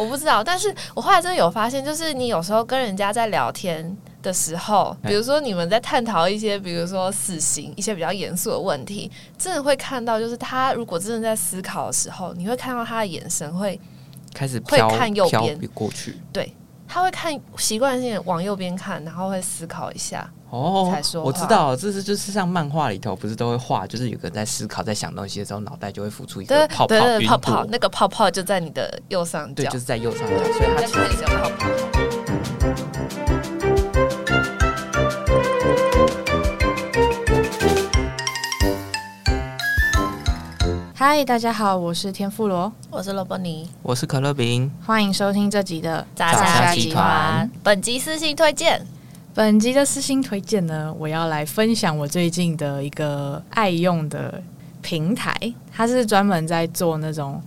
我不知道，但是我后来真的有发现，就是你有时候跟人家在聊天的时候，哎比如说你们在探讨一些，比如说死刑一些比较严肃的问题，真的会看到，就是他如果真的在思考的时候，你会看到他的眼神会，开始会飘看右飘边过去。他会看习惯性地往右边看，然后会思考一下。哦才说，话嗯我知道，这是就是像漫画里头不是都会画，就是有个人在思考、在想东西的时候，脑袋就会浮出一对个泡泡对对，云泡泡朵那个泡泡就在你的右上对，角，就是在右上角，所以它但是其也实是有泡泡。嗨，大家好，我是天妇罗，我是罗伯尼，我是可乐饼，欢迎收听这集的。杂杂虾集团，本集私信推 荐。本集的私心推荐呢，我要来分享我最近的一个爱用的平台，它是专门在做那种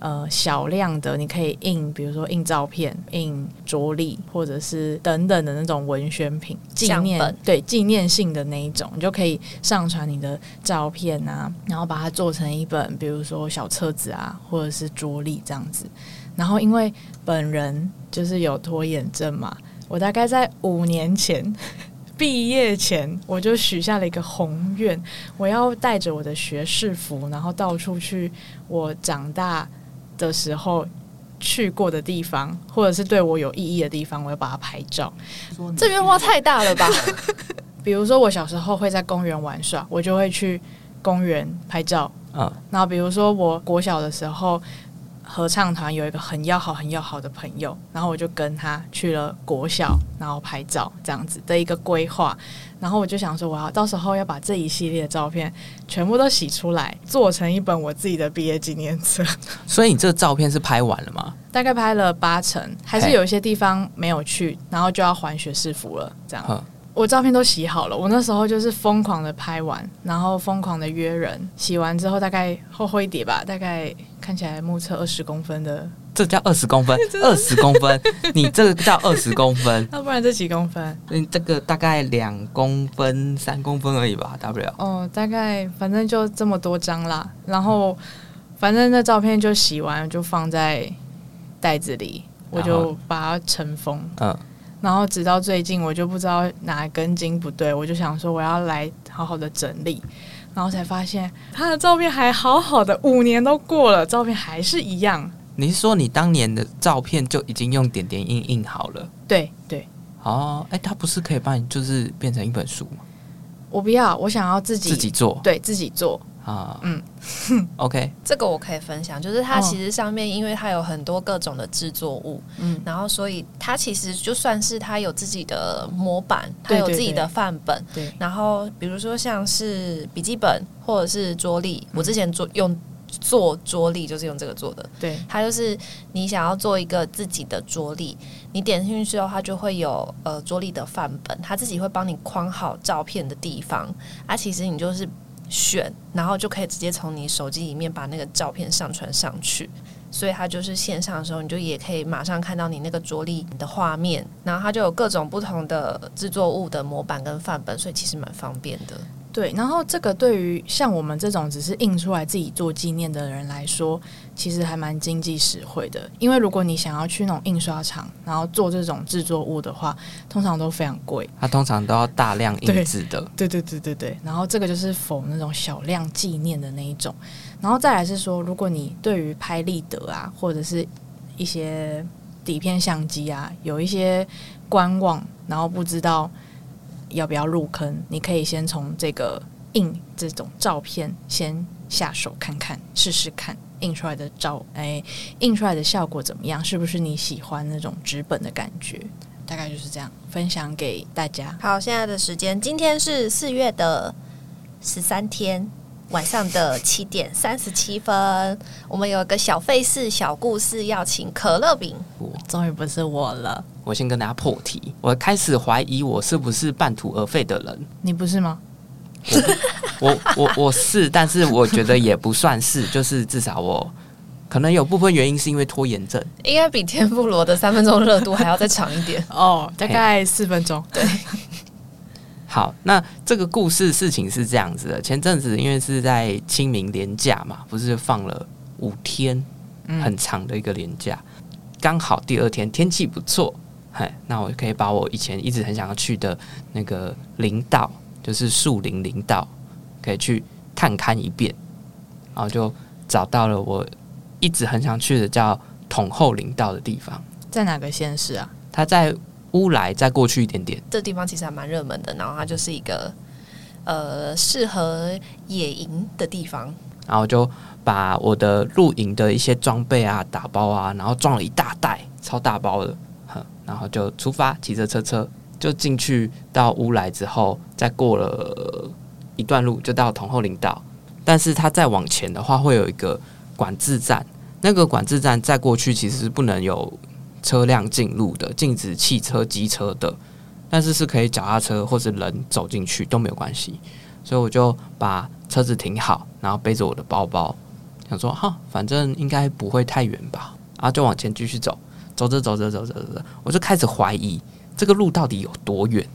呃小量的，你可以印，比如说印照片、印着力或者是等等的那种文宣品，纪相念本对纪念性的那一种，你就可以上传你的照片啊，然后把它做成一本，比如说小册子啊，或者是着力这样子。然后因为本人就是有拖延症嘛，我大概在五年前 毕业前，我就许下了一个宏愿，我要带着我的学士服，然后到处去我长大的时候。去过的地方，或者是对我有意义的地方，我要把它拍照。这愿望太大了吧？比如说，我小时候会在公园玩耍，我就会去公园拍照，嗯，然后比如说我国小的时候，合唱团有一个很要好很要好的朋友，然后我就跟他去了国小，然后拍照这样子的一个规划。然后我就想说，我要到时候要把这一系列的照片全部都洗出来，做成一本我自己的毕业纪念册。所以你这照片是拍完了吗？大概拍了八成，还是嘿有一些地方没有去，然后就要还学士服了。这样嗯，我照片都洗好了，我那时候就是疯狂的拍完，然后疯狂的约人。洗完之后大概厚厚一叠吧，大概看起来目测二十公分的，这叫二十公 分，二十公分，你这个叫二十公分，要不然这几公分？你这个大概两公分、三公分而已吧，大不了。哦，大概反正就这么多张啦。然后反正那照片就洗完就放在袋子里，我然就后把它尘封。嗯，然后直到最近，我就不知道哪根筋不对，我就想说我要来好好的整理，然后才发现他的照片还好好的，五年都过了，照片还是一样。你是说你当年的照片就已经用点点印印好了？对对，哦，哎、它不是可以帮你就是变成一本书吗？我不要，我想要自己自己做对自己做，啊？嗯 ，OK，这个我可以分享，就是它嗯其实上面，因为它有很多各种的制作物，嗯，然后所以它其实就算是它有自己的模板，它对有对自己的范本。对，然后比如说像是笔记本或者是桌历，我之前做用做桌历就是用这个做的，对，它就是你想要做一个自己的桌历，你点进去之后，它就会有呃桌历的范本，它自己会帮你框好照片的地方。啊，其实你就是选，然后就可以直接从你手机里面把那个照片上传上去。所以它就是线上的时候，你就也可以马上看到你那个桌历的画面，然后它就有各种不同的制作物的模板跟范本，所以其实蛮方便的。对，然后这个对于像我们这种只是印出来自己做纪念的人来说，其实还蛮经济实惠的。因为如果你想要去那种印刷厂，然后做这种制作物的话，通常都非常贵。它通常都要大量印对制的。对对对对对，然后这个就是否那种小量纪念的那一种，然后再来是说，如果你对于拍立得啊，或者是一些底片相机啊，有一些观望，然后不知道要不要入坑，你可以先从这个印这种照片先下手看看，试试看印出来的照，哎，印出来的效果怎么样？是不是你喜欢那种纸本的感觉？大概就是这样，分享给大家。好，现在的时间，今天是四月的十三天晚上的七点三十七分，我们有一个小费事小故事要请可乐饼。终于不是我了。我先跟大家破题，我开始怀疑我是不是半途而废的人。你不是吗？。我我我是，但是我觉得也不算是，就是至少我可能有部分原因是因为拖延症。应该比天妇罗的三分钟热度还要再长一点哦，大概四分钟。对，好，那这个故事事情是这样子的，前阵子因为是在清明连假嘛，不是放了五天，很长的一个连假。刚好第二天天气不错，嘿，那我可以把我以前一直很想要去的那个林道，就是树林林道，可以去探勘一遍，然后就找到了我一直很想去的叫统后林道的地方，在哪个县市啊？它在乌来再过去一点点， 这地方其实还蛮热门的，然后它就是一个呃适合野营的地方。然后就把我的露营的一些装备啊、打包啊，然后装了一大袋，超大包的，哼，然后就出发，骑着车车就进去到乌来之后，再过了一段路就到同后林道，但是它再往前的话会有一个管制站，那个管制站再过去其实是不能有车辆进入的，禁止汽车、机车的，但是是可以脚踏车或是人走进去都没有关系。所以我就把车子停好，然后背着我的包包，想说哈，反正应该不会太远吧，然后就往前继续走，走着走着走着走着，我就开始怀疑这个路到底有多远。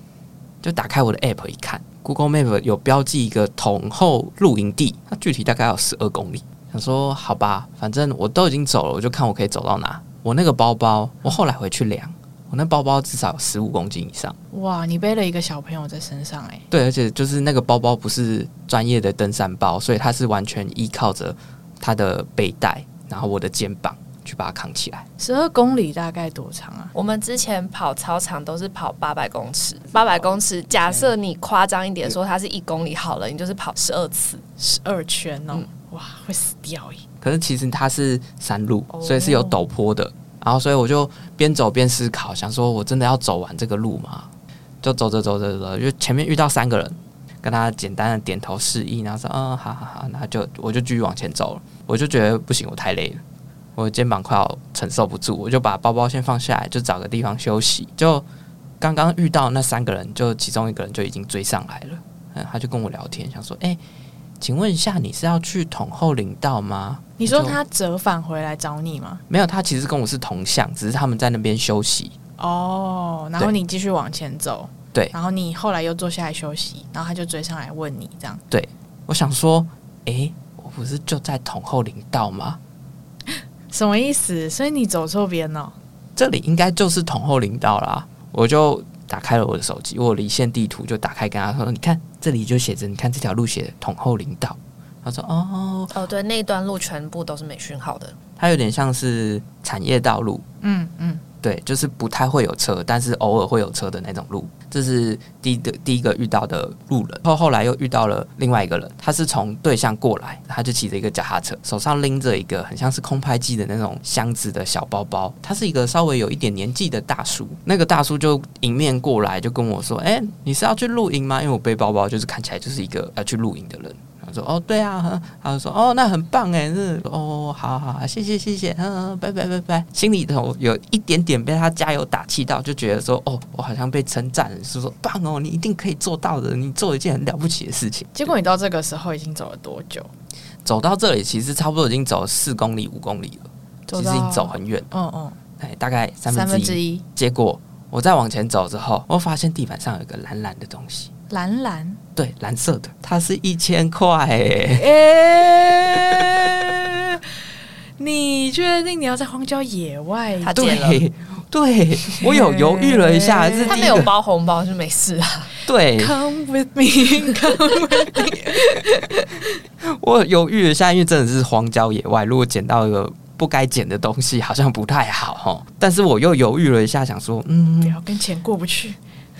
就打开我的 app 一看，Google Map 有标记一个统后露营地，它具体大概有十二公里。想说好吧，反正我都已经走了，我就看我可以走到哪。我那个包包，我后来回去量，我那包包至少有十五公斤以上。哇，你背了一个小朋友在身上哎、对，而且就是那个包包不是专业的登山包，所以它是完全依靠着它的背带，然后我的肩膀去把它扛起来。十二公里大概多长啊？我们之前跑操场都是跑八百公尺，八百公尺，假设你夸张一点说它是一公里好了，你就是跑十二次。十二圈哦、哇，会死掉欸耶！可是其实它是山路，所以是有陡坡的。然后所以我就边走边思考，想说我真的要走完这个路吗？就走着走着走着，就前面遇到三个人，跟他简单的点头示意，然后说嗯，好好好，那就我就继续往前走了。我就觉得不行，我太累了，我的肩膀快要承受不住，我就把包包先放下来，就找个地方休息。就刚刚遇到那三个人，就其中一个人就已经追上来了，嗯，他就跟我聊天，想说，哎、请问一下，你是要去统后领道吗？你说我就他折返回来找你吗？没有，他其实跟我是同向，只是他们在那边休息。哦，然后对你继续往前走，对然后你后来又坐下来休息，然后他就追上来问你这样，我想说，诶，我不是就在统后领道吗？什么意思？所以你走错边了。这里应该就是统后领道啦。我就打开了我的手机，我有离线地图就打开，跟他说：“你看，这里就写着，你看这条路写统后领道。”他说：“哦，哦，对，那一段路全部都是没讯号的。它有点像是产业道路，嗯嗯，对，就是不太会有车，但是偶尔会有车的那种路。这是第一个第一个遇到的路人，后后来又遇到了另外一个人，他是从对向过来，他就骑着一个脚踏车，手上拎着一个很像是空拍机的那种箱子的小包包。他是一个稍微有一点年纪的大叔，那个大叔就迎面过来就跟我说：“哎、你是要去露营吗？”因为我背包包就是看起来就是一个要去露营的人。他说：“哦，对啊。呵”他就说：“哦，那很棒哎，是哦，好好，好谢谢谢谢，嗯，嗯拜拜拜拜。”心里头有一点点被他加油打气到，就觉得说：“哦，我好像被称赞了，是说棒哦，你一定可以做到的，你做一件很了不起的事情。结果你到这个时候已经走了多久？”走到这里，其实差不多已经走了四公里、五公里了，其实已经走很远，嗯嗯，哎，大概三三分分之之一。一，结果我再往前走之后，我发现地板上有一个蓝蓝的东西，蓝蓝，对，蓝色的，它是一千块哎。哎、你确定你要在荒郊野外？他借了，对，对我有犹豫了 一下，是他第没一有个包红包就没事啊。对 Come with me, come with me。我犹豫了一下，因为真的是荒郊野外，如果捡到一个不该捡的东西，好像不太好哈。但是我又犹豫了一下，想说，不嗯，要跟钱过不去。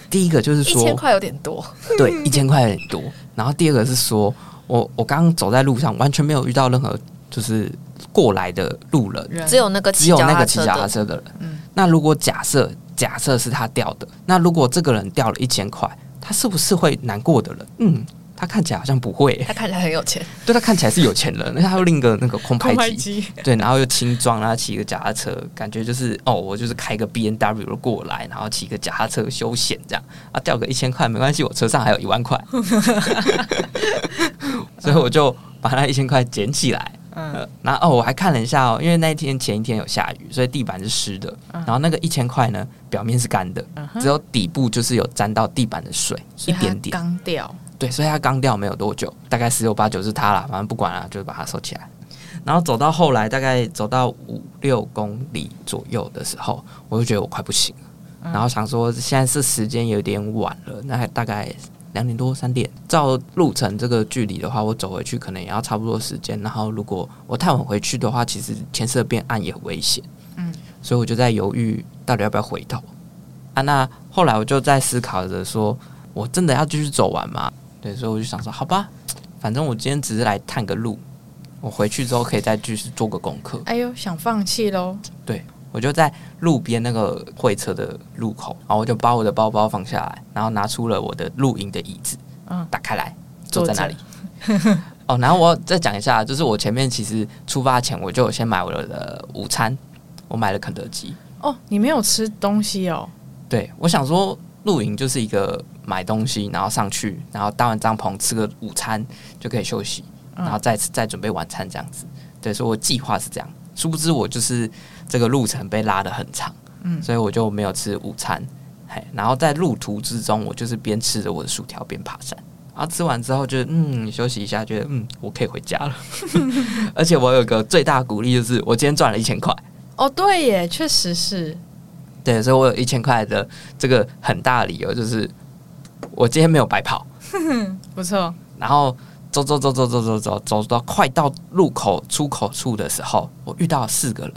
第一个就是一千说，块有点多，对，一千块很多。然后第二个是说我我刚刚走在路上，完全没有遇到任何就是过来的路人，只有那个骑啊只有脚那踏个骑车脚踏的，车的人。嗯那如果假设假设是他掉的，那如果这个人掉了一千块，他是不是会难过的人？嗯，他看起来好像不会、 他看起来很有钱。对他看起来是有钱人，那他又另一个那个空拍空拍机，机，对，然后又轻装，然后骑个脚踏车，感觉就是哦，我就是开个 B N W 过来，然后骑个脚踏车休闲这样啊，掉个一千块没关系，我车上还有一万 块，所以我就把那一千块捡起来，嗯呃，然后哦，我还看了一下哦，因为那一天前一天有下雨，所以地板是湿的。然后那个一千块呢，表面是干的，嗯嗯哼只有底部就是有沾到地板的水一点点。刚掉。对，所以它刚掉没有多久，大概十有八九是它啦，反正不管了，就把它收起来。然后走到后来，大概走到五六公里左右的时候，我就觉得我快不行了，然后想说现在是时间有点晚了，那还大概两点多三点，照路程这个距离的话，我走回去可能也要差不多时间。然后如果我太晚回去的话，其实天色变暗也很危险。嗯，所以我就在犹豫到底要不要回头啊。那后来我就在思考着说，我真的要继续走完吗？对，所以我就想说，好吧，反正我今天只是来探个路，我回去之后可以再继续做个功课。哎呦，想放弃喽，我就在路边那个会车的路口，然后我就把我的包包放下来，然后拿出了我的露营的椅子，嗯打开来坐坐在那里。哦，然后我再讲一下，就是我前面其实出发前我就有先买我的午餐，我买了肯德基。哦，你没有吃东西哦，对，我想说露营就是一个买东西，然后上去，然后搭完帐篷吃个午餐就可以休息，嗯然后再再准备晚餐这样子。对，所以我计划是这样，殊不知我就是这个路程被拉得很长，嗯所以我就没有吃午餐。嘿，然后在路途之中，我就是边吃着我的薯条边爬山。然后吃完之后就嗯休息一下，觉得嗯我可以回家了。 而且我有一个最大的鼓励就是我今天赚了一千块，哦，对耶，确实是，对，所以我有一千块的这个很大的理由就是，我今天没有白跑。不错，然后走走走走走走走走到快到路口出口处的时候，我遇到四个人，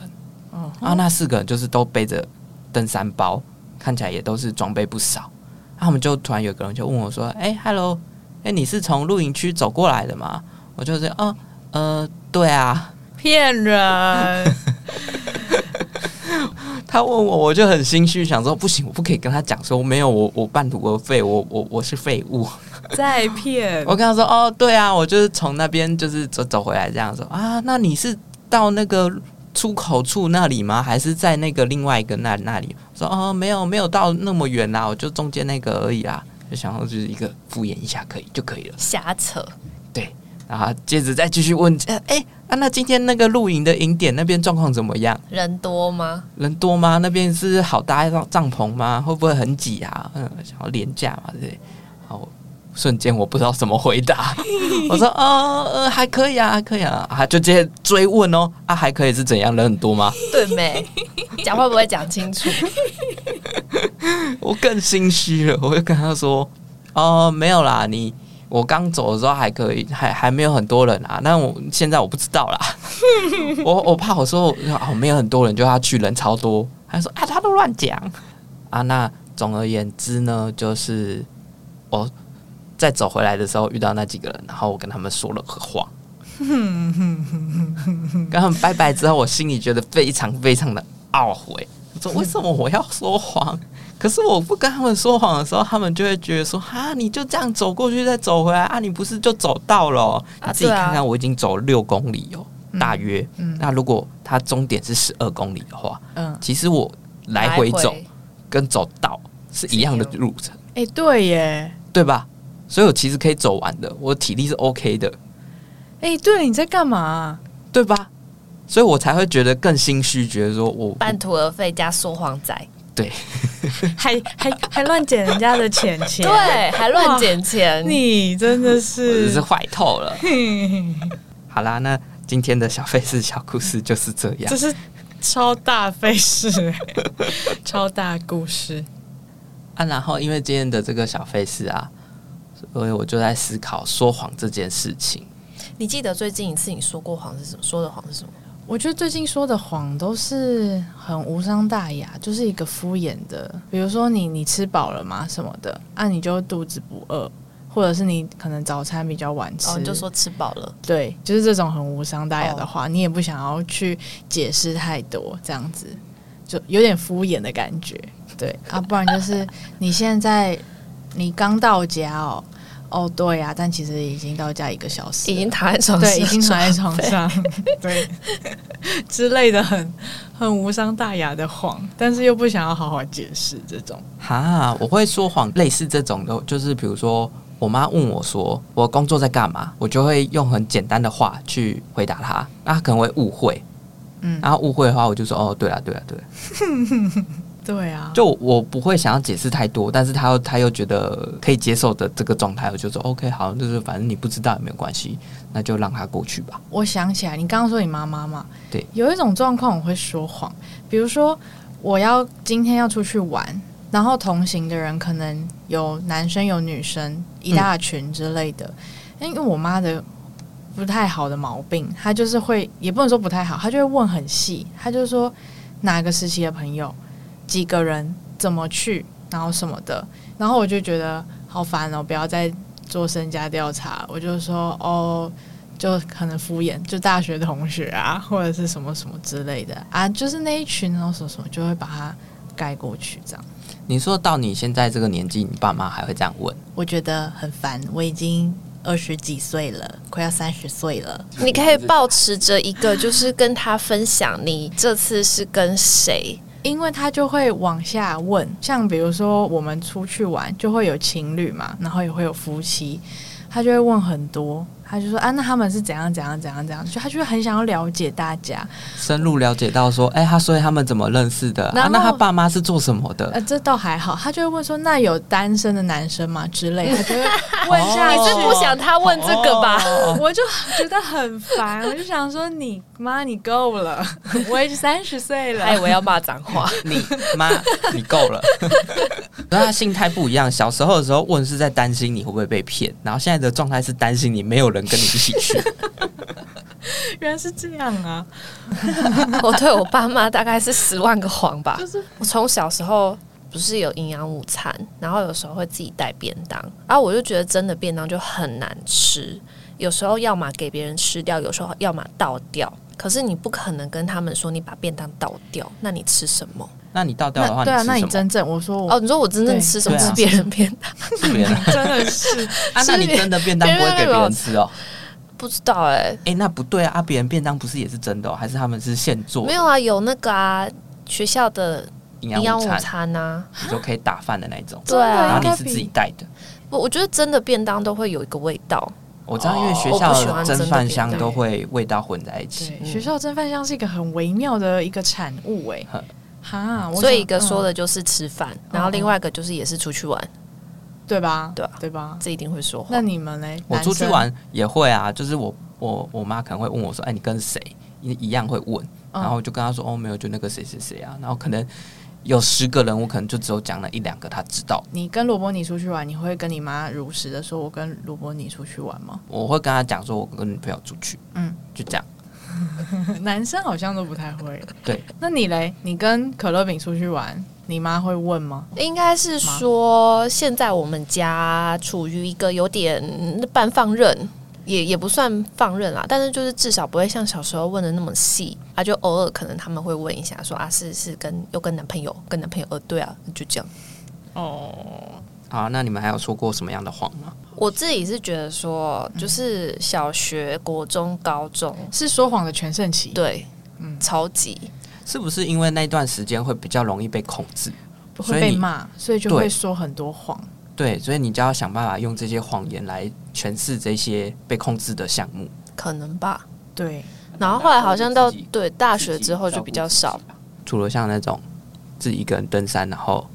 哦，啊，那四个人就是都背着登山包，看起来也都是装备不少。他们就突然有个人就问我说：“哎、h e l l o 哎、你是从露营区走过来的吗？”我就是，哦，呃，对啊。骗人，他问我，我就很心虚，想说不行，我不可以跟他讲说没有，我我半途而废，我我我是废物。再骗 我跟他说：“哦，对啊，我就是从那边就是走走回来这样说啊。那你是到那个出口处那里吗？还是在那个另外一个那那里？”我说：“哦，没有，没有到那么远啊啦，我就中间那个而已啦。”就想要就是一个敷衍一下可以就可以了。瞎扯，然后接着再继续问：“哎、哎啊，那今天那个露营的营点那边状况怎么样？人多吗？人多吗？那边是好搭帐帐篷吗？会不会很挤啊？嗯，想要廉价嘛，对不对？好，瞬间我不知道怎么回答，我说，呃呃，还可以啊，还可以啊，啊，就直接追问哦，啊，还可以是怎样？人很多吗？对没？ 讲话不会讲清楚，我更心虚了，我就跟他说，哦、没有啦，你我刚走的时候还可以，还还没有很多人啊，但我现在我不知道啦，我我怕我说哦没有很多人，就他去人超多，他说啊他都乱讲啊。那总而言之呢，就是我在走回来的时候遇到那几个人，然后我跟他们说了个话。跟他们拜拜之后，我心里觉得非常非常的懊悔。我说为什么我要说谎？可是我不跟他们说谎的时候，他们就会觉得说：“哈，你就这样走过去再走回来啊，你不是就走到了哦？啊你自己对啊看看，我已经走六公里哦，大约。嗯那如果它终点是十二公里的话，嗯，其实我来回走跟走到是一样的路程，哎、对耶，对吧？所以我其实可以走完的，我体力是 OK 的，哎、对，你在干嘛、对吧？所以我才会觉得更心虚，觉得说我半途而废加说谎仔，还还还乱捡人家的钱钱，对，还乱捡钱，你真的我是真是坏透 了。嘿好啦，那今天的小费事小故事就是这样这。是超大费事、欸 超大故事。 啊，然后因为今天的这个小费事啊，所以我就在思考说谎这件事情。你记得最近一次你说过谎是什么？说的谎是什么？我觉得最近说的谎都是很无伤大雅，就是一个敷衍的。比如说你你吃饱了吗什么的，啊你就肚子不饿，或者是你可能早餐比较晚吃，哦，你就说吃饱了。对，就是这种很无伤大雅的话，你也不想要去解释太多，这样子就有点敷衍的感觉。对啊，不然就是你现在你刚到家哦，哦对呀、但其实已经到家一个小时了，已经躺在床上，对，已经躺在床上， 对之类的很很无伤大雅的谎，但是又不想要好好解释这种。哈，我会说谎，类似这种的，就是比如说，我妈问我说我工作在干嘛，我就会用很简单的话去回答她，那她可能会误会，嗯然后误会的话，我就说哦，对了，对了，对了，对啊，就我不会想要解释太多，但是他又他又觉得可以接受的这个状态，我就说哦 OK，好，就是反正你不知道也没有关系，那就让他过去吧。我想起来，你刚刚说你妈妈嘛，对，有一种状况我会说谎，比如说我要今天要出去玩，然后同行的人可能有男生有女生一大群之类的，因为我妈的不太好的毛病，她就是会也不能说不太好，她就会问很细，她就说哪个时期的朋友，几个人，怎么去，然后什么的，然后我就觉得好烦哦，不要再做身家调查，我就说哦。就可能敷衍，就大学同学啊，或者是什么什么之类的啊，就是那一群然后什么什么，就会把它盖过去，这样你说到你现在这个年纪，你爸妈还会这样问？我觉得很烦。我已经二十几岁了，快要三十岁了，你可以保持着一个，就是跟他分享你这次是跟谁，因为他就会往下问，像比如说我们出去玩，就会有情侣嘛，然后也会有夫妻，他就会问很多。他就说啊，那他们是怎样怎样怎样怎样，就他就会很想要了解大家，深入了解到说，哎、他所以他们怎么认识的？然啊后，那他爸妈是做什么的？呃，这倒还好，他就会问说：“那有单身的男生吗？”之类， 他就会问下去。哦你是不想他问这个吧？哦我就 觉得很烦，我就想说：“你妈，你够了， 我已经三十岁了。他以为哎要骂脏话，你妈，你够了。 然后他心态不一样，小时候的时候问是在担心你会不会被骗，然后现在的状态是担心你没有人跟你一起 去。原来是这样啊！ 我对我爸妈大概是十万个谎吧就是。我从小时候不是有营养午餐，然后有时候会自己带便当，然后我就觉得真的便当就很难吃，有时候要么给别人吃掉，有时候要么倒掉。可是你不可能跟他们说你把便当倒掉，那你吃什么？那你倒掉的话，那对啊，那你你吃什么？真正我说我、哦，你说我真正吃什么？对啊吃别人便当？ 是别人啊，真的 是那你真的便当不会给别人 吃哦？不知道哎、哎、那不对啊！啊，别人便当不是也是真的、哦，还是他们是现做的没有啊，有那个啊，学校的营营养养午午餐，餐啊，你就可以打饭的那种。对啊然后应你该是比自己带的，我我觉得真的便当都会有一个味道，我知道，因为学哦我不喜校欢蒸真的饭便香当都会味道混在一起。对学校蒸饭像是一个很微妙的一个产物哎、呵哈，我所以想一个说、嗯的就是吃饭，然后另外一个就是也是出去玩，嗯对吧？对啊对吧？这一定会说那谎。你们嘞？我出去男生，玩也会啊，就是我我我妈可能会问我说：“哎，你跟谁？”一一样会问，嗯然后我就跟她说：“哦，没有，就那个谁谁谁啊。”然后可能有十个人，我可能就只有讲了一两个她知道。你跟罗伯尼出去玩，你会跟你妈如实的说我跟罗伯尼出去玩吗？我会跟她讲说：“我跟女朋友出去。”嗯嗯，就这样。男生好像都不太会。对，那你嘞？你跟可乐饼出去玩，你妈会问吗？应该是说，现在我们家处于一个有点半放任，也也不算放任啦，但是就是至少不会像小时候问的那么细啊，就偶尔可能他们会问一下说啊，是是跟又跟男朋友跟男朋友，呃，对啊，就这样。哦，好，那你们还有说过什么样的谎吗？我自己是觉得说，就是小学、国中、高中，是说谎的全盛期。，对，嗯超级是不是因为那段时间会比较容易被控制？不所以会被你骂，所以就对会说很多谎。对，所以你就要想办法用这些谎言来诠释这些被控制的项目。可能吧。对，然后后来好像到自己对大学之后就比较少，。除了像那种自己一个人登山，然 后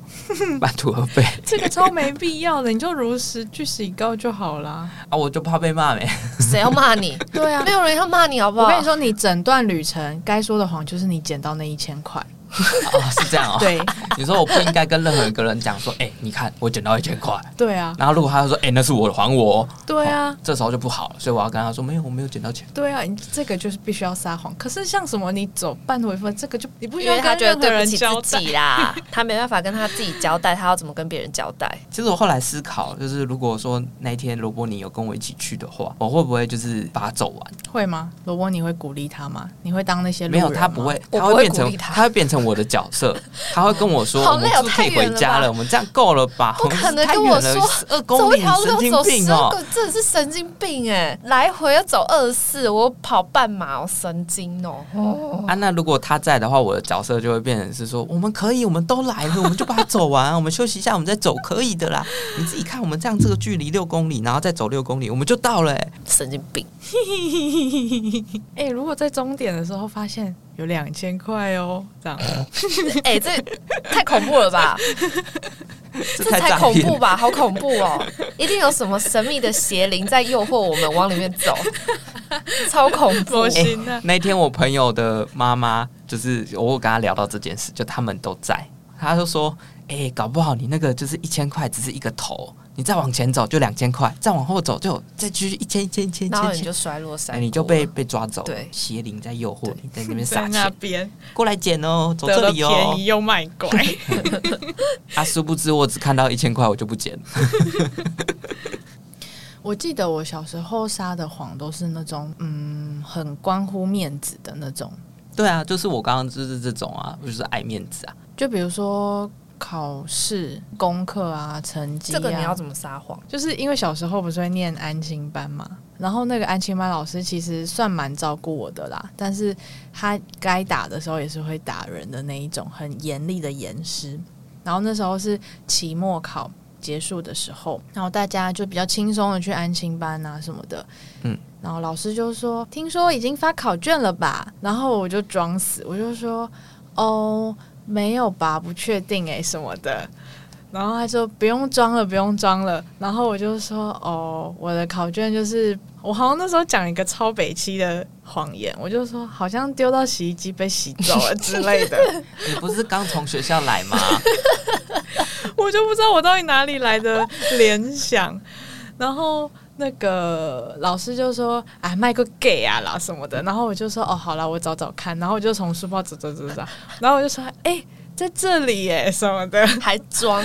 半途而废这个超没必要的，你就如实据实以告就好啦。啊，我就怕被 骂没。谁要骂你？对啊没，有人要骂你，好不好？我跟你，说，你整段旅程该说的谎就是你捡到那一千块。哦，是这样哦。对，你说我不应该跟任何一个人讲说，哎、你看我捡到一千块。对啊，然后如果他说，哎、那是我的，还我哦。对啊哦。这时候就不好了，所以我要跟他说，没有，我没有捡到钱。对啊，你这个就是必须要撒谎。可是像什么你走半途一分，这个就你不需因要为他跟觉得任何对不人起交自代。己啦，他没办法跟他自己交代，他要怎么跟别人交代？其实我后来思考，就是如果说那一天罗伯尼有跟我一起去的话，我会不会就是把它走完？会吗？罗伯，你会鼓励他吗？你会当那些路没人有，他吗不会，我他不会变鼓成励他会变成我的角色，他会跟我 说，好我们累是哦不是可以太远回了家吧了？我们这样够了吧？不可能跟我说二公走里，一条神路经走十病哦！个，真的是神经病哎、来回要走二四，我跑半马，我神经哦、啊，那如果他在的话，我的角色就会变成是说，我们可以，我们都来了，我们就把它走完啊，我们休息一下，我们再走，可以的啦。你自己看，我们这样这个距离六公里，然后再走六公里，我们就到了、欸。神经病。哎、如果在终点的时候发现有两千块哦，这 样 哎、这太恐怖了吧？这这太才诈恐骗怖了。吧？好恐怖哦！一定有什么神秘的邪灵在诱惑我们往里面走，超恐怖不！行啊。哎那一天我朋友的妈妈就是我有跟她聊到这件事，就他们都在，她就说：“哎、搞不好你那个就是一千块，只是一个头，你再往前走就两千块，再往后走就再继续一千一千一千一然后千一你就，千摔落山哎、谷了，你就被被抓走，对邪灵在诱惑你，在 那边在撒那钱，边过来捡哦，走得这了里哦便。宜又卖乖，啊，殊不知我只看到一千块，我就不捡了。 我记得我小时候撒的谎都是那种，嗯，很关乎面子的那种。对啊，就是我刚刚就是这种啊，我就是爱面子啊。就比如说考试、功课啊、成绩、啊，这个你要怎么撒谎？就是因为小时候不是会念安亲班嘛，然后那个安亲班老师其实算蛮照顾我的啦，但是他该打的时候也是会打人的那一种，很严厉的严师。然后那时候是期末考结束的时候，然后大家就比较轻松的去安亲班啊什么的，嗯，然后老师就说：“听说已经发考卷了吧？”然后我就装死，我就说：“哦，没有吧，不确定诶、什么的。”然后他说不用装了，不用装了。然后我就说哦，我的考卷就是我好像那时候讲一个超北七的谎言，我就说好像丢到洗衣机被洗走了之类 的，你不是刚从学校来 吗？我就不知道我到底哪里来的联想。然后那个老师就说啊，卖个 gay 啊啦什么的。然后我就说哦，好啦，我找找看。然后我就从书包找找找找，然后我就说哎、在这里耶什么的。 还装？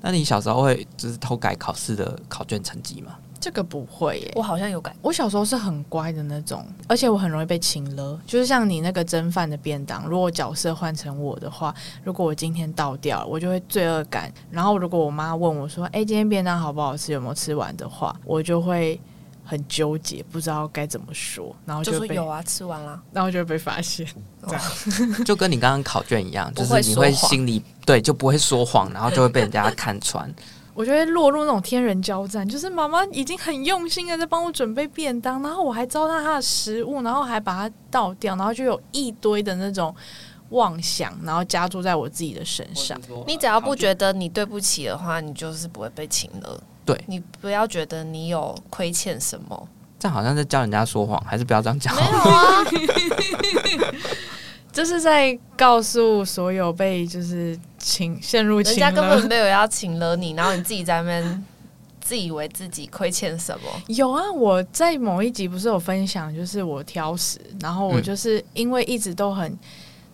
那你小时候会就是偷改考试的考卷成绩吗？这个不会耶， 我好像有 感，我小时候是很乖的那种，而且我很容易被请了。就是像你那个蒸饭的便当，如果角色换成我的话，如果我今天倒掉了，我就会罪恶感。然后如果我妈问我说：“哎、今天便当好不好吃？有没有吃完？”的话，我就会很纠结，不知道该怎么说，然后就就说被，有啊，吃完啦。然后就会被发现。就跟你刚刚考卷一样，就不是会你说会谎心里对就不会说谎，然后就会被人家看 穿。我就会落入那种天人交战，就是妈妈已经很用心的在帮我准备便当，然后我还糟蹋她的食物，然后还把它倒掉，然后就有一堆的那种妄想，然后加注在我自己的身上。啊你只要不觉得你对不起的话，你就是不会被请了。对你不要觉得你有亏欠什么，这样好像在教人家说谎，还是不要这样讲好没了。有啊，这是在告诉所有被就是情陷入人情家根本了。没有要请了你，然后你自己在那边自以为自己亏欠什么。 有啊，我在某一集不是有分享，就是我挑食，然后我嗯就是因为一直都很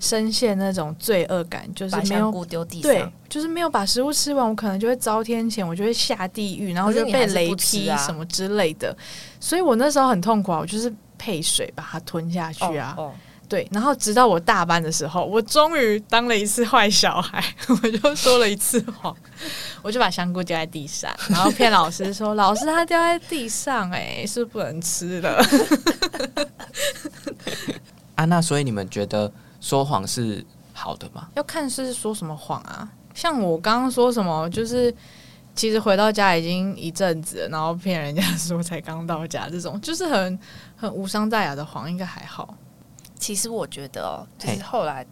深陷那种罪恶感，就是把没有香菇丢地对上，，就是没有把食物吃完，我可能就会遭天谴，我就会下地狱，然后可是就你被还是雷不劈吃啊什么之类的。所以我那时候很痛苦啊，我就是配水把它吞下去啊。哦哦对，然后直到我大班的时候，我终于当了一次坏小孩， 我就说了一次谎，我就把香菇丢在地上，然后骗老师说：“ 老师，它掉在地上、哎，是不能吃的。”啊，那所以你们觉得说谎是好的吗？要看是说什么谎啊。像我刚刚说什么，就是其实回到家已经一阵子了，然后骗人家说才刚到家，这种就是很很无伤大雅的谎，应该还好。其实我觉得哦，就嘿是后来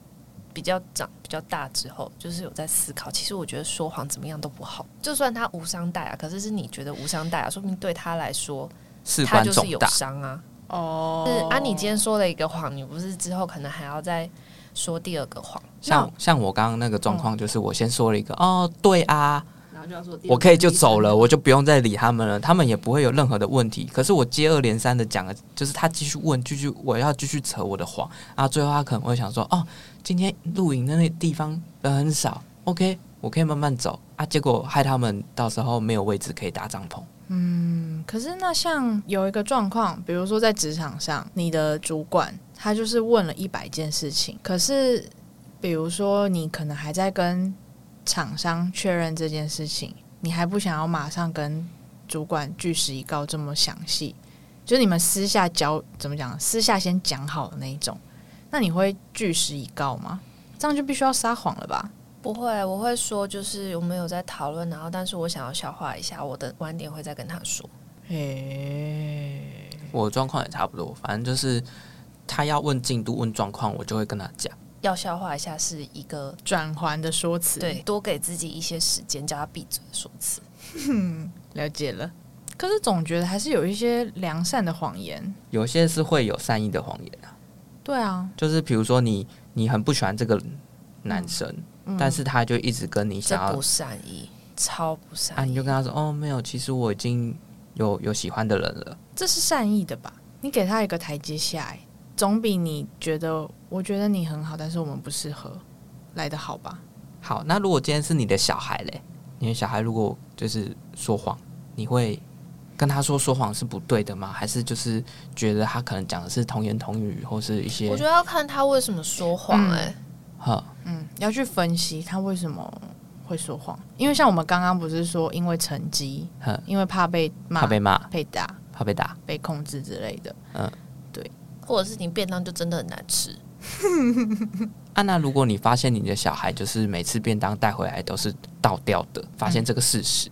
比较长、比较大之后，就是有在思考。其实我觉得说谎怎么样都不好，就算他无伤大雅，可是是你觉得无伤大雅，说明对他来说，事他关就是重有大，伤啊。哦就是啊，你今天说了一个谎，你不是之后可能还要再说第二个谎，像像我刚刚那个状嗯况，就是我先说了一个哦，对啊，然后就要说我可以就走了，我就不用再理他们了，他们也不会有任何的问题。可是我接二连三的讲了，就是他继续问，继续我要继续扯我的谎啊，最后他可能会想说，哦，今天露营的那地方人很少，OK，我可以慢慢走啊，结果害他们到时候没有位置可以搭帐篷。嗯，可是那像有一个状况，比如说在职场上，你的主管他就是问了一百件事情，可是比如说你可能还在跟厂商确认这件事情，你还不想要马上跟主管据实以告这么详细，就是你们私下交怎么讲，私下先讲好的那一种，那你会据实以告吗？这样就必须要撒谎了吧？不会，我会说就是我们有在讨论，然后但是我想要消化一下，我等晚点会再跟他说。诶、我的状况也差不多，反正就是他要问进度、问状况，我就会跟他讲。要消化一下是一个转环的说辞，对，多给自己一些时间，叫他闭嘴说辞。了解了。可是总觉得还是有一些良善的谎言。有些是会有善意的谎言啊，对啊，就是比如说你你很不喜欢这个男生，但是他就一直跟你这想要不善意，超不啊，善你意。就跟他说哦，没有，其实我已经有有喜欢的人了。这是善意的吧？你给他一个台阶下、哎，总比你觉得我觉得你很好，但是我们不适合来的好吧？好，那如果今天是你的小孩嘞，你的小孩如果就是说谎，你会跟他说说谎是不对的吗？还是就是觉得他可能讲的是童言童语，或是一些我觉得要看他为什么说谎、嗯哎、呵嗯，要去分析他为什么会说谎，因为像我们刚刚不是说因为成绩呵，因为怕被骂、怕被骂、被打、怕被打？被控制之类的，或者是你便当就真的很难吃，啊，那如果你发现你的小孩就是每次便当带回来都是倒掉的，发嗯现这个事实，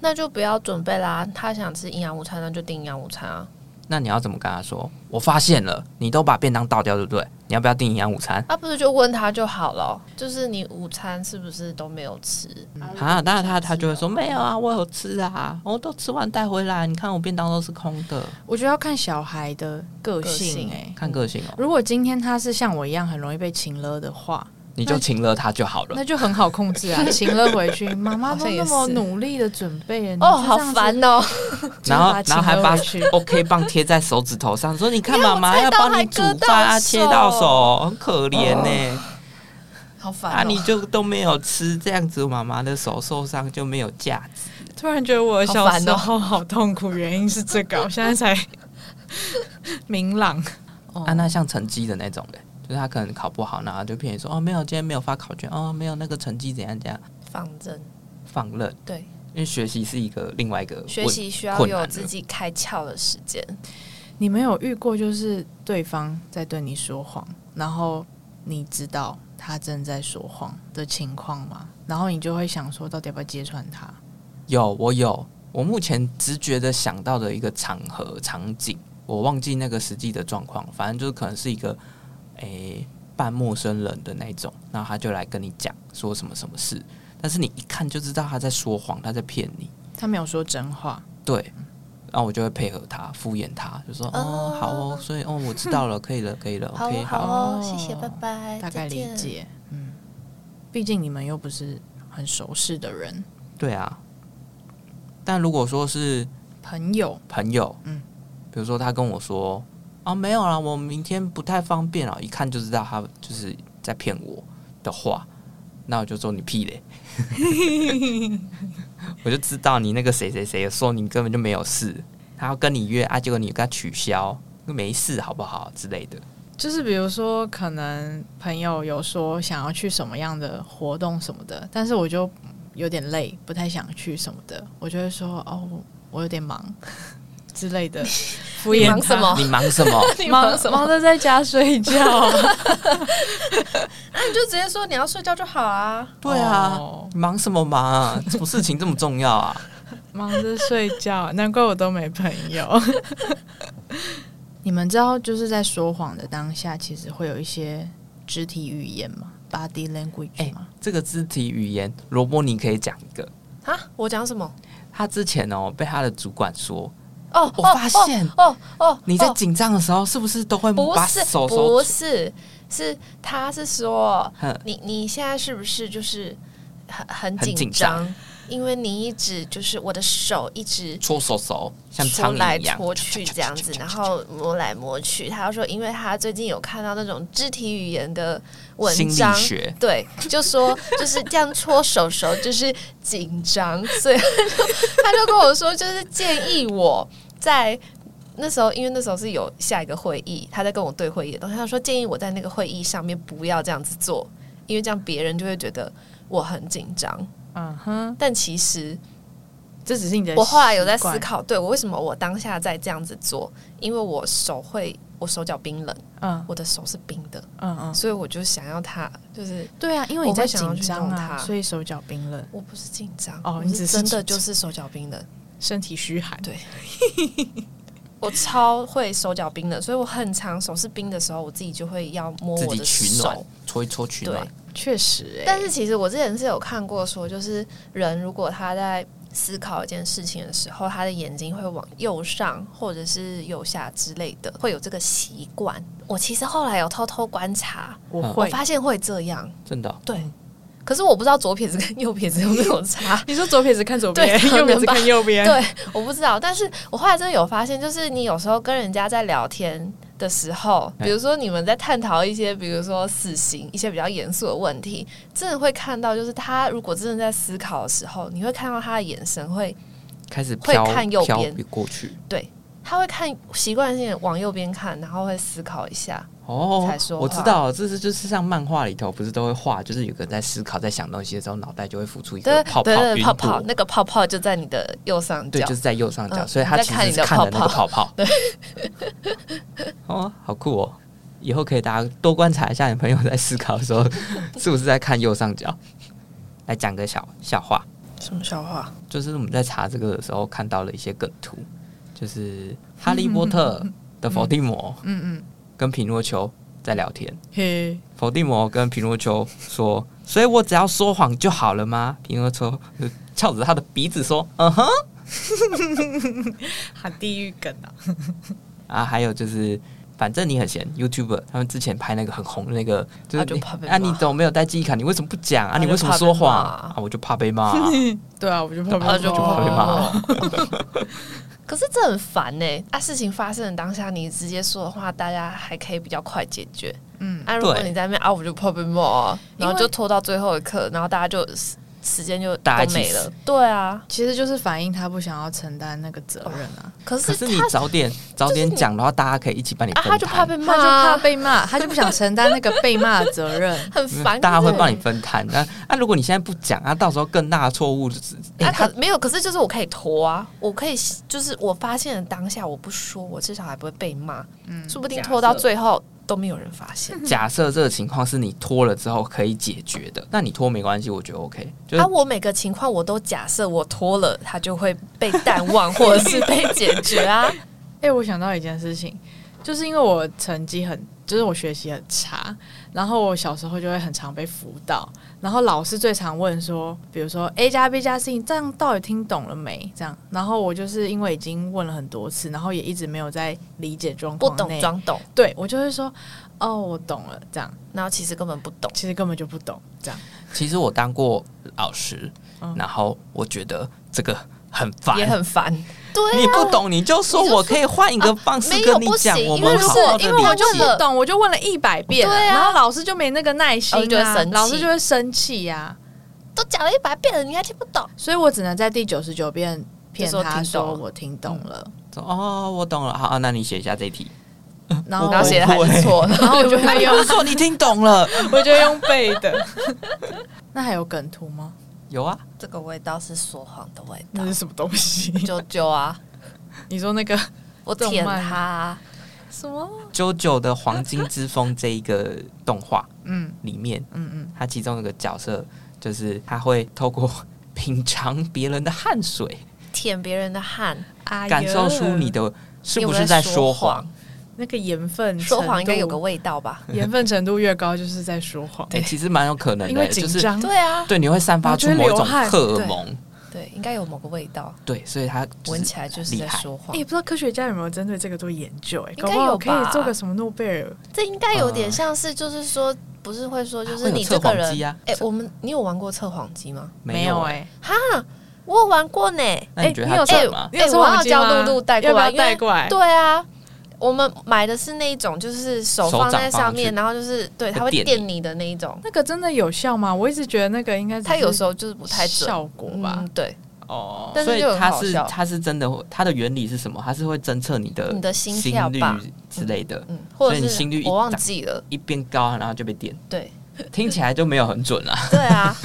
那就不要准备啦。他想吃营养午餐，那就订营养午餐啊。那你要怎么跟他说？我发现了，你都把便当倒掉，对不对？你要不要订营养午餐？啊，不是就问他就好了，就是你午餐是不是都没有吃？啊，那他他就会说没有啊，我有吃啊，我都吃完带回来，你看我便当都是空的，我觉得要看小孩的个个性、性哎，看个性嗯哦。如果今天他是像我一样很容易被情勒的话，你就请了他就好了那。就很好控制 啊。情勒回去，妈妈好都像也那是么努力的准备了，哦，好烦哦，然后把，它然后还请了把回去 OK 棒贴在手指头上，说：“你看，你看妈哎我妈菜要刀帮还你煮割到饭啊，切到手哦手，很可怜呢、好烦、哦。啊，你就都没有吃，这样子妈妈的手受伤就没有价值。突然觉得我好小烦哦时候好痛苦，原因是这 个，我现在才明朗。哦啊，那像成绩的那种的，就是他可能考不好，然后就骗你说：‘哦，没有，今天没有发考卷，哦，没有那个成绩怎样怎样。放正’放任，对，因为学习是一个另外一个学问习需要困难有的自己开窍的时间。你没有遇过就是对方在对你说谎，然后你知道他正在说谎的情况吗？然后你就会想说，到底要不要揭穿他？有，我有。我目前直觉的想到的一个场合场景，我忘记那个实际的状况，反正就是可能是一个诶、半陌生人的那种，然后他就来跟你讲说什么什么事，但是你一看就知道他在说谎，他在骗你。他没有说真话，对，然后我就会配合他，敷衍他，就说哦好哦，所以哦我知道了，可以了，可以了，OK 好。哦谢谢拜拜大概理。解。嗯，毕竟你们又不是很熟识的人，对啊，但如果说是朋友朋友，嗯嗯，比如说他跟我说，啊，没有啦，我明天不太方便啊，一看就知道他就是在骗我的话，那我就说你屁嘞， 我就知道你那个谁谁谁说你根本就没有事，他要跟你约啊，结果你给他取消，没事好不好之类的，就是比如说，可能朋友有说想要去什么样的活动什么的，但是我就有点累，不太想去什么的，我就会说哦，我有点忙 之类 的，敷你衍忙他什 么？你忙什么？你忙忙什忙么？着在家睡 觉，那你就直接说你要睡觉就好啊。 对啊，哦你忙什么忙啊？什么事情这么重要啊？忙着睡觉，难怪我都没朋友。 你们知道，就是在说谎的当下，其实会有一些肢体语言吗？Body language 吗？这个肢体语言，萝卜你可以讲一个。啊，我讲什么？他之前哦被他的主管说，哦，我哦发现哦哦哦，你在哦紧张的时候，是不是都会不把是手不手？是是他是说哼你你现在是不是就是很很很紧紧张？因为你一直就是我的手一直搓手手，像搓苍来蝇一样。搓去这样子，然后摸来摸去。他说，因为他最近有看到那种肢体语言的文心章理，学，对，就说就是这样搓手手就是紧张，所以他就他就跟我说，就是建议我在。那时候，因为那时候是有下一个会议，他在跟我对会议的东西，他说建议我在那个会议上面不要这样子做，因为这样别人就会觉得我很紧张。嗯哼，但其实这只是你的。我后来有在思，考，对我为什么我当下在这样子做，因为我手会，我手脚冰冷，嗯我的手是冰的，嗯嗯，所以我就想要它，就是对啊，因为你我在会紧想要去张弄啊，它所以手脚冰冷，我不是紧张，哦我你只是真的紧张就是手脚冰冷，身体虚寒。对我超会手脚冰的，所以我很常手是冰的时候，我自己就会要摸自我己的取手暖。，搓一搓取暖对。确实、欸，但是其实我之前是有看过说，就是人如果他在思考一件事情的时候，他的眼睛会往右上或者是右下之类的，会有这个习惯。我其实后来有偷偷观察，我我会。，发现会这样，嗯真的哦、对。可是我不知道左撇子跟右撇子有没有差你说左撇子看左对边，可能 右撇子吧看右边，对， 我不知道。但是我后来真的有发现，就是你有时候跟人家在聊天的时候，哎比如说你们在探讨一些，比如说死刑一些比较严肃的问题，真的会看到，就是他如果真的在思考的时候，你会看到他的眼神会，开始会飘看右飘边过去他会看习惯性地往右边看，然后会思考一下。哦才说话我知道了，这是就是像漫画里头不是都会画，就是有个人在思考、在想东西的时候，脑袋就会浮出一对个泡泡对对，云泡朵泡那个泡泡就在你的右上对，角，就是在右上角，嗯所以他你在其看实你是的看了那个泡泡泡。对， 哦，好酷哦！以后可以大家多观察一下，你朋友在思考的时候是不是在看右上角。来讲个小笑话，什么笑话？就是我们在查这个的时候看到了一些梗图，就是哈利波特的伏地魔嗯嗯，跟匹诺丘在聊天。嘿，伏地魔跟匹诺丘说：“所以我只要说谎就好了吗？”匹诺丘呃翘着他的鼻子说：“嗯哼。喊地狱梗 啊！”啊，还有就是，反正你很闲，YouTuber 他们之前拍那个很红的那个，就啊是就你怕被啊，骂你怎么没有带记忆卡？你为什么不讲啊？啊你就为什么怕被说谎骂啊？我就怕被骂 啊、对啊，我就怕被然后就就怕被骂哦 可是这很烦呢、啊，事情发生的当下，你直接说的话，大家还可以比较快解决。嗯，啊，如果对你在那边啊，我就怕被骂啊，因为然后就拖到最后一刻，然后大家就时时间就大家都一没起了死。对啊，其实就是反映他不想要承担那个责任啊，可是可他是你早点早点讲的话，大家可以一起帮你啊，分他就怕摊。被他骂就怕啊，。被骂，他就不想承担那个被骂的责任很嗯烦。大家会帮你。你分摊。那那如果你现在不讲啊，到时候更大的错误就是，哎、啊，他可没有，可是就是我可以拖啊，我可以就是我发现了当下我不说，我至少还不会被骂，嗯，说不定假拖到设最后都没有人发现。假设这个情况是你拖了之后可以解决的，那你拖没关系，我觉得 OK。就是啊，我每个情况我都假设我拖了，它就会被淡忘或者是被解决 啊。哎、我想到一件事情，就是因为我成绩很，就是我学习很差，然后我小时候就会很常被辅导，然后老师最常问说，比如说 A 加 B 加 C，你这样到底听懂了没？这样，然后我就是因为已经问了很多次，然后也一直没有在理解状不况哦懂内，装懂，对我就会说，哦，我懂了，这样，然后其实根本不懂。其实根本就不懂，这样，其实我当过老师，嗯然后我觉得这个很烦，也很烦，对 你啊，不懂你就说，你就说我可以换一个方式啊没有跟你讲，不行我因为们如好果好的因为理我就解。是不懂，我就问了一百遍了，对啊然后老师就没那个耐心、老师就会啊，生气老师就会生气呀、都讲了一百遍了，你还听不懂？所以我只能在第九十九遍骗就说他听懂说了我听懂了，哦，我懂了，好，那你写一下这一 题。然我后然后写的还是错，然后我 就哎会哦不是哎说你听懂了？我就用背的。 那还有梗图吗？有啊，这个味道是说谎的味 道那，是什么东西？啾啾啊，你说那个我舔它啊，什么？九九的《黄金之风》这一个动画嗯里面，嗯嗯，它其中有个角色就是他会透过品尝别人的汗水，舔别人的汗，哎呀感受出你的是你有不没有是在说说谎。？那个盐分程说度，谎应该有个味道吧？盐分程度越高，就是在说谎，哎，其实蛮有可能因为的，紧就是张。对啊，对你会散发我觉出得某一种流汗荷尔对蒙，对，应该有某个味道，对，所以他闻起来就是在厉害说谎哎，。不知道科学家有没有针对这个做研究？哎，应该搞不好有可吧以做个什么诺贝尔？这应该有点嗯像是，就是说，不是会说，就会是有你这个测谎机人啊，哎，我们你有玩过测谎机吗？没有哎。哎，哈，我有玩过呢。那你哎觉得你他有准测吗？你有哎测我谎要机叫吗露露带过要不来要因为带过来？对啊，我们买的是那一种，就是手手放掌在放上上面，去然后就是对，会它会电电你的那一种。那个真的有效吗？我一直觉得那个应该只它有是时候就是不太准，效果吧嗯，。对，哦但是所以就很它好是笑它是真的会，它的原理是什么？它是会侦测你的你的心跳率吧之类的，嗯，或所以者你是心率一我忘涨记了，一变高然后就被电，对， 听起来就没有很准啦。对啊，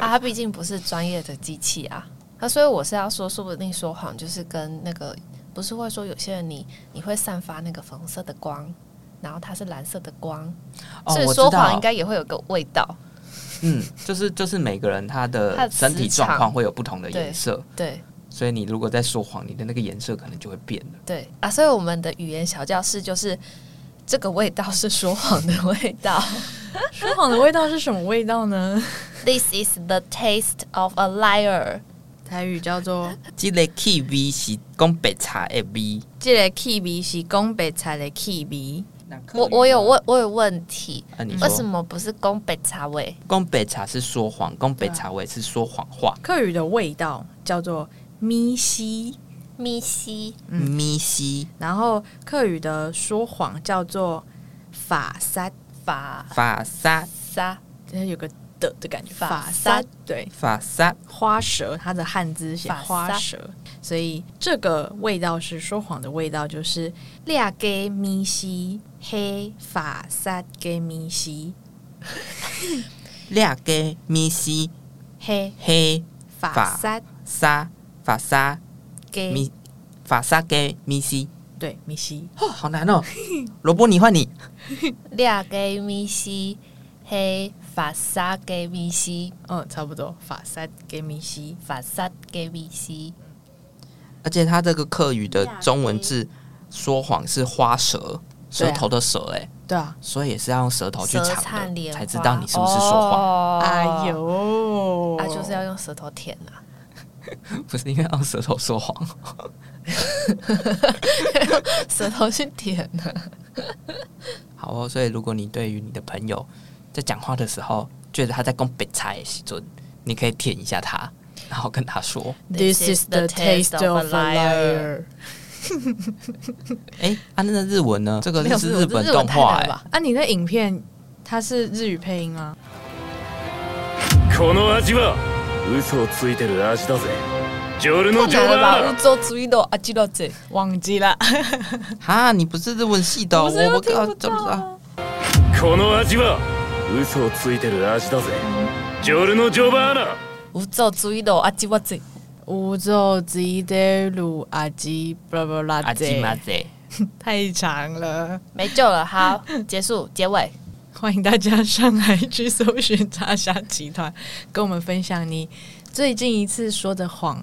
啊，它毕竟不是专业的机器啊，啊，所以我是要说，说不定说谎就是跟那个，不是会说有些人你你会散发那个粉红色的光，然后它是蓝色的光，哦所，以我知说谎道应，该也会有个味道，嗯，就是就是每个人他他的的身体磁状场况会有不同的颜色，对，所以你如果在说谎，你的那个颜色可能就会变了。对啊，所以我们的语言小教室就是这个味道是说谎的味道。说谎的味道是什么味道呢？ This is the taste of a liar。 台语叫做这个气味是讲白茶的味。 “这个气味是宫北菜的气味我我有问我有问题，啊，你为什说么不是宫北茶味？讲白茶是说谎，讲白茶味是说谎话”，。客语的味道叫做咪西，咪西嗯咪西然后客语的说谎叫做法撒，法法沙沙就是有个的的感觉。法法撒撒，对，法沙花舌，它的汉字写法撒花舌，所以这个味道是说谎的味道，就是俩给咪西黑法撒给咪西俩个咪西黑黑法撒沙法沙给咪法沙给咪西，对咪西哦，好难哦。 萝卜，你换你。俩给咪西黑法沙给咪西嗯，差不多法撒给咪西法沙给咪西而且它这个客语的中文字说谎是花舌，对舌啊头的舌、欸，哎、对啊，所以也是要用舌头去舌尝灿的，莲才花知道你是不是说谎。哦哎呦，啊，就是要用舌头舔 啊， 不是应该用舌头说谎？舌头去舔啊。好哦，所以如果你对于你的朋友在讲话的时候，觉得他在讲北菜的时候，你可以舔一下他，然后跟他说：“ This is the taste of a liar。哎、啊，那个日文呢？这个没有是日文本这日文动太画、难欸，了吧啊，你的影片它是日语配音吗？この味は嘘をついてる味だぜジョルの太ジョ难了バ吧？ー乌州主义的阿基洛嘴，忘记 了，哈，你不是日文系的哦，不是我又不听搞不怎么到了？啊。この味は嘘をついてる味だぜジョルのジョバーナ乌州主义的阿基洛嘴，乌州吉德鲁阿基布拉布拉阿基贼玛，贼，太长了，没救了。好，结束，结尾。 欢迎大家上来去搜寻炸虾集团，跟我们分享你最近一次说的谎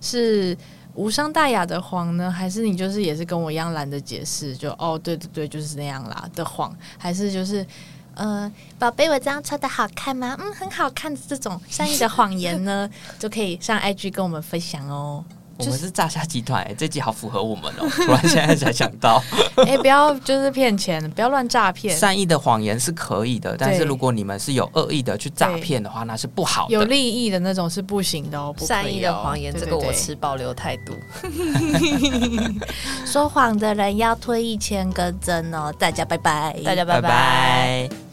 是。无伤大雅的谎呢，还是你就是也是跟我一样懒得解释，就哦对对对，就是那样啦的谎，还是就是呃宝贝我这样穿的好看吗？嗯，很好看的这种善意的谎 言呢，就可以上 IG 跟我们分享哦。我们是炸虾集团、欸，这集好符合我们 哦、突然现在才想到。哎、不要就是 骗钱，不要乱诈骗，善意的谎言是可以的，但是对如果你们是有恶意的去诈骗的话，那是不好有的。利益的那种是不行的哦，不可以哦善意的谎言，这个我。持保留态度。对对对说谎的人要推一千根针哦，大家拜拜，大家拜拜。拜